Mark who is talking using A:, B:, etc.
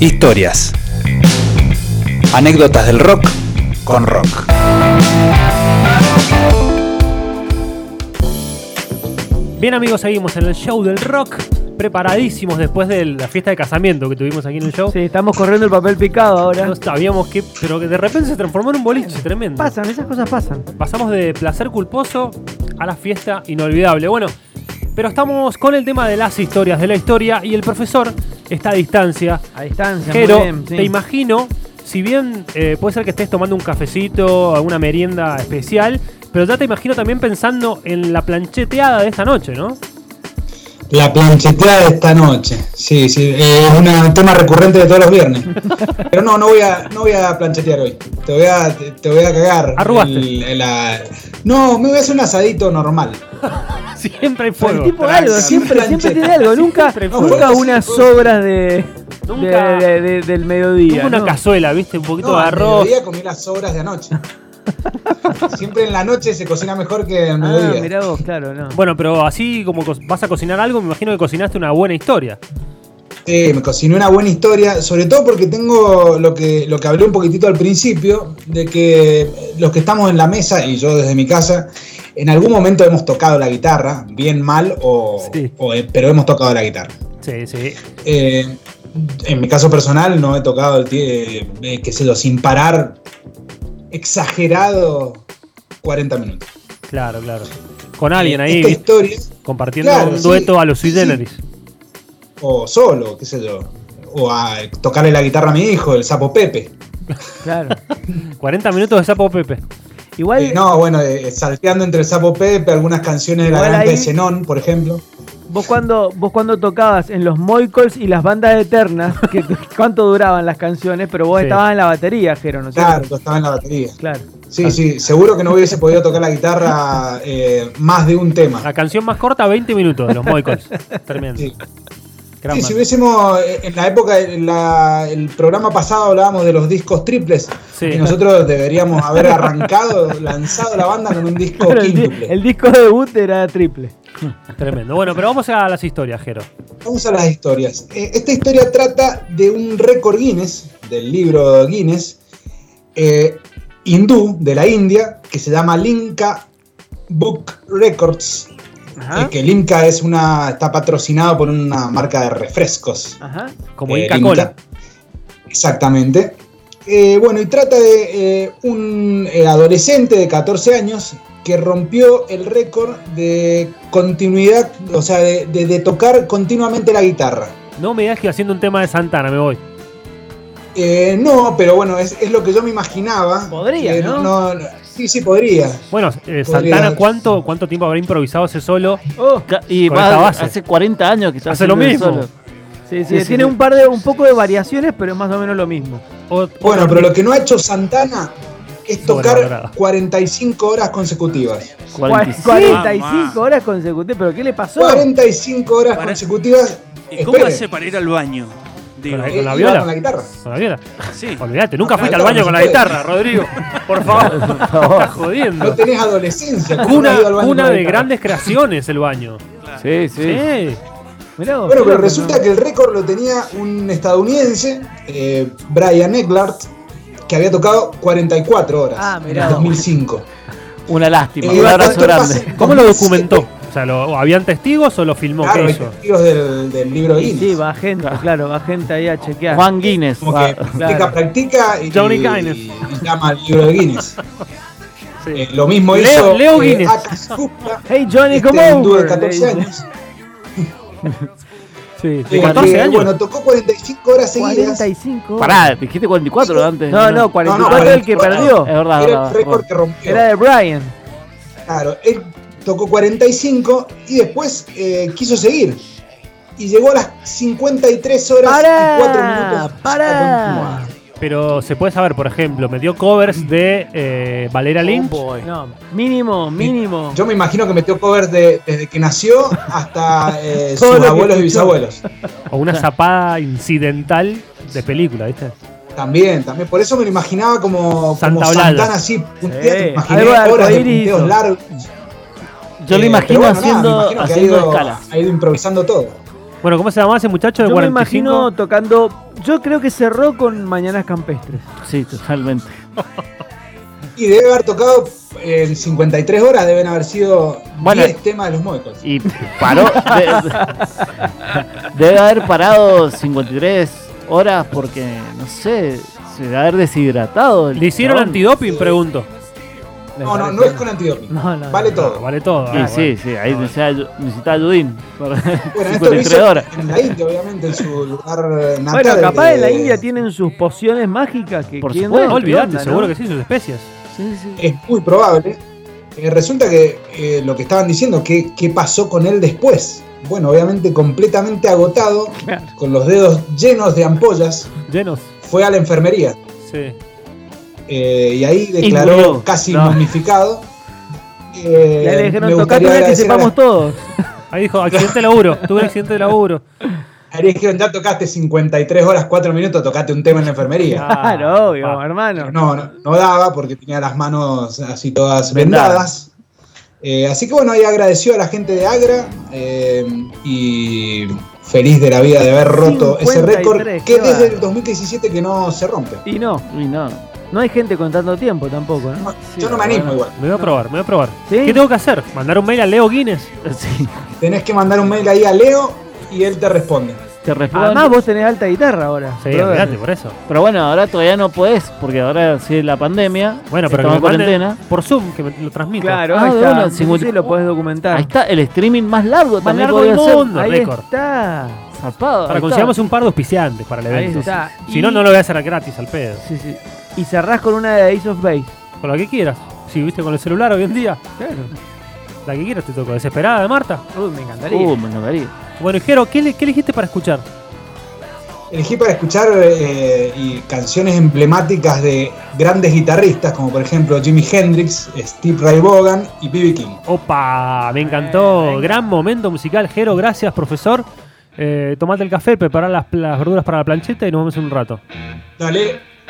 A: Historias. Anécdotas del rock con rock.
B: Bien amigos, seguimos en el show del rock, preparadísimos después de la fiesta de casamiento que tuvimos aquí en el show.
C: Sí, estamos corriendo el papel picado ahora.
B: No sabíamos qué, pero que de repente se transformó en un boliche tremendo.
C: Pasan, esas cosas pasan.
B: Pasamos de placer culposo a la fiesta inolvidable. Bueno, pero estamos con el tema de las historias de la historia y el profesor está a distancia.
C: A distancia,
B: Pero
C: muy bien. sí.
B: te imagino, si bien eh, puede ser que estés tomando un cafecito, alguna merienda especial, pero ya te imagino también pensando en la plancheteada de esta noche, ¿no?
D: La plancheteada de esta noche. Sí, sí, eh, es una- un tema recurrente de todos los viernes. Pero no, no voy a, no voy a planchetear hoy. Te voy a, te, te voy a cagar.
B: Arrugaste.
D: el- el- la- No, me voy a hacer un asadito normal.
B: Siempre hay
C: el
B: fuego.
C: tipo de
D: Tranza,
C: algo, siempre,
D: plancheta.
C: siempre tiene algo, nunca,
B: Siempre
D: fue.
C: nunca unas sobras de,
B: Nunca-
C: de- de- de- del mediodía.
B: Tuvo una
C: ¿no?
B: cazuela, ¿viste? Un poquito
D: No,
B: de
D: al
B: arroz.
D: mediodía comí las sobras de anoche. Siempre en la noche se cocina mejor que al
C: Ah,
D: mediodía.
C: mirá vos, claro, no.
B: Bueno, pero así como co- vas a cocinar algo, me imagino que cocinaste una buena historia.
D: Sí, me cociné una buena historia, sobre todo porque tengo lo que, lo que hablé un poquitito al principio, de que los que estamos en la mesa, y yo desde mi casa, en algún momento hemos tocado la guitarra, bien mal, o,
B: Sí.
D: o- eh, pero hemos tocado la guitarra.
B: Sí, sí.
D: Eh, en mi caso personal no he tocado, el, ti- eh, eh, qué sé yo, sin parar, exagerado, 40 minutos.
B: Claro, claro. Con alguien ahí
D: Esta historia,
B: compartiendo
D: Eh, claro,
B: un
D: sí,
B: dueto a los sui
D: sí.
B: generis.
D: o solo, qué sé yo, o a tocarle la guitarra a mi hijo, el sapo Pepe.
C: Claro.
B: 40 minutos de sapo Pepe.
C: Igual,
D: Eh, no, bueno, eh, salteando entre el Sapo Pepe, algunas canciones de la
C: Igual
D: garganta
C: ahí-
D: de Zenón, por ejemplo.
C: vos cuando vos cuando tocabas en los Moicols y las bandas eternas, que cuánto duraban las canciones, pero vos
B: Sí.
C: estabas en la batería, Jero, ¿no es
D: Claro, Oh,
C: cierto?
D: yo estaba en la batería.
C: Claro.
D: Sí, sí, seguro que no hubiese podido tocar la guitarra eh, más de un tema.
B: La canción más corta, 20 minutos de los Moicos. Tremendo.
D: Sí.
B: Gran
D: Sí,
B: banda.
D: si hubiésemos, eh, en la época, en la- el programa pasado hablábamos de los discos triples
B: Sí.
D: y nosotros deberíamos haber arrancado, lanzado la banda con un disco
C: Claro, el, di-
D: quíntuple.
C: el disco debut era triple.
B: Tremendo. Bueno, pero vamos a las historias, Jero.
D: Vamos a las historias. Eh, Esta historia trata de un récord Guinness, del libro Guinness, eh, hindú de la India, que se llama Linka Book Records.
C: Ah.
D: eh, que el Inca es una, está patrocinado por una marca de refrescos.
C: Ajá.
B: Como
D: Eh,
B: Inca
D: el
B: Cola.
D: Exactamente. Eh, bueno, y trata de eh, un eh, adolescente de 14 años que rompió el récord de continuidad, o sea, de- de- de tocar continuamente la guitarra.
B: No me digas que haciendo un tema de Santana, me voy.
D: Eh, no, pero bueno, es, es lo que yo me imaginaba.
C: Podría,
D: Que
C: ¿no?
D: sí, sí, podría.
B: Bueno, eh, Santana, ¿cuánto, ¿cuánto tiempo habrá improvisado ese solo?
C: Oh,
E: Ca- Y
B: Con esta
E: va-
B: base.
E: hace 40 años que está
B: Hace lo
E: haciendo el
B: mismo.
E: solo.
C: sí, sí,
E: Sí, sí,
C: tiene
E: sí.
C: un par de un poco de variaciones, pero es más o menos lo mismo.
B: O-
D: Bueno,
B: otro-
D: pero lo que no ha hecho Santana es
B: Sobrevalorado.
D: tocar 45 horas consecutivas.
E: 45.
D: Ah,
C: 45 horas consecutivas, pero ¿qué le pasó?
D: 45 horas
F: Para-
D: consecutivas.
F: ¿Y cómo
D: espere,
F: hace para ir al baño? Digo,
B: Con
D: eh,
B: la
D: iba
B: viola.
D: Con la guitarra.
B: Con la viola.
F: sí.
B: Olvídate, nunca
D: Con
B: fuiste
D: la
B: al
D: guitarra
B: baño
D: no
B: con la
D: se puede.
B: guitarra, Rodrigo. Por favor. Me estás jodiendo.
D: No tenés adolescencia. ¿cómo no
B: Cuna,
D: has ido al baño
B: cuna
D: con la
B: de
D: guitarra?
B: grandes creaciones el baño.
E: Sí, sí.
B: Sí.
C: Mirá vos, mirá
D: Bueno, pero
C: vos,
D: resulta
C: ¿no?
D: que el récord lo tenía un estadounidense, eh, Brian Eglart, que había tocado 44 horas
C: Ah,
D: en
C: mirá
D: el
C: vos.
D: 2005.
E: Una lástima.
D: Eh,
E: Un abrazo
D: ¿cuánto pasa?
E: grande.
B: ¿Cómo lo
D: 2007.
B: documentó? O sea, ¿lo, ¿habían testigos o lo filmó?
D: Claro,
B: ¿Qué
D: hay
B: hizo?
D: testigos del, del libro
C: Y
D: Guinness.
C: sí, va gente, claro, va gente ahí a chequear.
E: Juan Guinness.
D: Como
E: va-
D: que practica,
C: claro.
D: practica y,
B: Johnny Guinness.
D: y- y llama al libro de Guinness.
B: Sí.
D: Eh, lo mismo
B: Leo-
D: hizo
B: Leo
D: eh,
B: Guinness.
D: Akash Gupta,
C: Hey Johnny,
D: este
C: come
D: hindú de
C: over.
D: 14
C: le dice.
D: años.
B: Sí,
D: eh,
B: de 14
D: que,
B: años.
D: Bueno, tocó 45 horas seguidas.
C: 45.
E: Pará, dijiste 44 antes.
C: No, no, 44
D: No, no,
C: el que
D: 44.
C: perdió.
E: Es verdad, es
D: Era
E: verdad.
D: el récord que rompió.
C: Era de Brian.
D: Claro, él tocó 45 y después eh, quiso seguir. Y llegó a las 53 horas y 4
C: Pará,
D: minutos.
C: pará.
B: Pero se puede saber, por ejemplo, metió covers de eh, Valera
C: Oh,
B: Lynch.
C: No, mínimo, mínimo.
D: Yo me imagino que metió covers de- desde que nació hasta eh,
C: Todo lo
D: sus
C: que
D: abuelos y
C: escuchó.
D: bisabuelos.
B: O una zapada incidental de película, ¿viste?
D: También, también. Por eso me lo imaginaba como,
B: Santa
D: como
B: Olalla.
D: Santana así, punteando.
C: Sí,
D: imaginé
C: algo de
D: horas de
C: arcoíris
D: punteos
C: hizo.
D: largos.
E: Yo lo
D: Eh, pero
E: imagino
D: bueno, nada, me
E: haciendo,
D: imagino que
E: haciendo
D: ha ido,
E: escalas.
D: Ha ido improvisando todo.
B: Bueno, ¿cómo se llamaba ese muchacho de
C: Yo me
B: 45?
C: imagino tocando. Yo creo que cerró con Mañanas Campestres.
E: Sí, totalmente.
D: Y debe haber tocado eh, en 53 horas, deben haber sido
E: Bueno.
D: 10 temas de los Moicos.
E: Y paró. de- debe haber parado 53 horas porque, no sé, se debe haber deshidratado. el
B: ¿Le hicieron
E: chabón.
B: antidoping? Pregunto.
D: No, no, no es con antidoping.
C: No, no,
D: vale
C: no,
D: todo.
B: Ah, vale todo.
E: Sí,
B: ah,
E: sí, sí, ahí necesitaba ayu- necesitaba ayudín. para-
D: Bueno, esto lo
E: 53
D: hizo
E: horas.
D: en la India, obviamente, en su lugar natal.
C: Bueno, capaz
D: de-
C: en la India tienen sus pociones mágicas que
E: Por
C: quién
E: supuesto,
B: No,
C: sabe qué
B: olvidate,
C: onda, ¿no?
B: seguro que sí, sus especies.
E: Sí, sí.
D: eh, Es muy probable. Eh, resulta que eh, lo que estaban diciendo, ¿qué, ¿qué pasó con él después? Bueno, obviamente completamente agotado,
C: Claro.
D: con los dedos llenos de ampollas,
B: Llenos.
D: fue a la enfermería.
B: Sí.
D: Eh, y ahí
E: Y
D: declaró
E: murió.
D: casi
E: No.
D: momificado.
C: Y
D: Eh,
C: ahí le dijeron,
D: me
C: tocate
D: gustaría
C: una que
D: agradecer a la-
C: sepamos todos.
B: Ahí dijo, accidente de laburo. Tuve un accidente de laburo.
D: Ahí le dijeron, ya tocaste 53 horas, 4 minutos, tocate un tema en la enfermería.
B: Ah,
C: Claro, obvio,
B: pa.
C: hermano.
D: No, no, no daba porque tenía las manos así todas
E: Vendadas.
D: vendadas. Eh, así que bueno, ahí agradeció a la gente de Agra eh, y feliz de la vida de haber roto ese
C: 53,
D: récord
C: qué
D: que desde
C: bárbaro.
D: el 2017 que no se rompe.
C: Y no,
E: Uy, no.
C: no hay gente con tanto tiempo tampoco, ¿no?
D: No, Yo no me animo
E: bueno.
D: igual.
B: Me voy a probar, me voy a probar.
C: ¿Sí?
B: ¿Qué tengo que hacer? ¿Mandar un mail a Leo Guinness?
E: Sí,
D: Tenés que mandar un mail ahí a Leo y él te responde.
E: te respondo.
C: Además vos tenés alta guitarra ahora.
B: Ah, Sí,
C: brother.
B: olvidate, por eso.
E: Pero bueno, ahora todavía no podés, porque ahora sí la pandemia.
B: Bueno, pero que
E: estamos
B: me
E: en
B: manden
E: cuarentena.
B: por Zoom, que me lo transmito.
C: Ah. Claro,
E: Ah,
C: ahí
E: de
C: está.
E: una,
C: Sí, sí,
E: 50.
C: lo podés documentar.
E: Ahí está el streaming más largo
B: Más
E: también
B: largo del
E: podría ser.
B: mundo.
C: Ahí
B: récord.
C: está.
E: Zarpado.
B: Para
E: ahí
B: consigamos
E: está.
B: un par de auspiciantes para el
C: Ahí
B: evento.
C: está.
B: Si
C: Y-
B: no, no lo voy a hacer gratis al pedo.
C: Sí, sí. Y cerrás con una de Ace of Base.
B: Con la que quieras. Si viste con el celular hoy en día.
C: Claro.
B: La que quieras te toco. Desesperada de Marta.
C: Uy, me encantaría.
E: Uh, me encantaría.
B: Bueno, Jero, ¿qué, le- ¿qué elegiste para escuchar?
D: Elegí para escuchar eh, y canciones emblemáticas de grandes guitarristas, como por ejemplo Jimi Hendrix, Steve Ray Vaughan y B.B. King.
B: Opa, me
C: Eh,
B: encantó. Gran momento musical, Jero. Gracias, profesor. Eh, tomate el café, prepará las, las verduras para la plancheta y nos vemos en un rato.
D: Dale,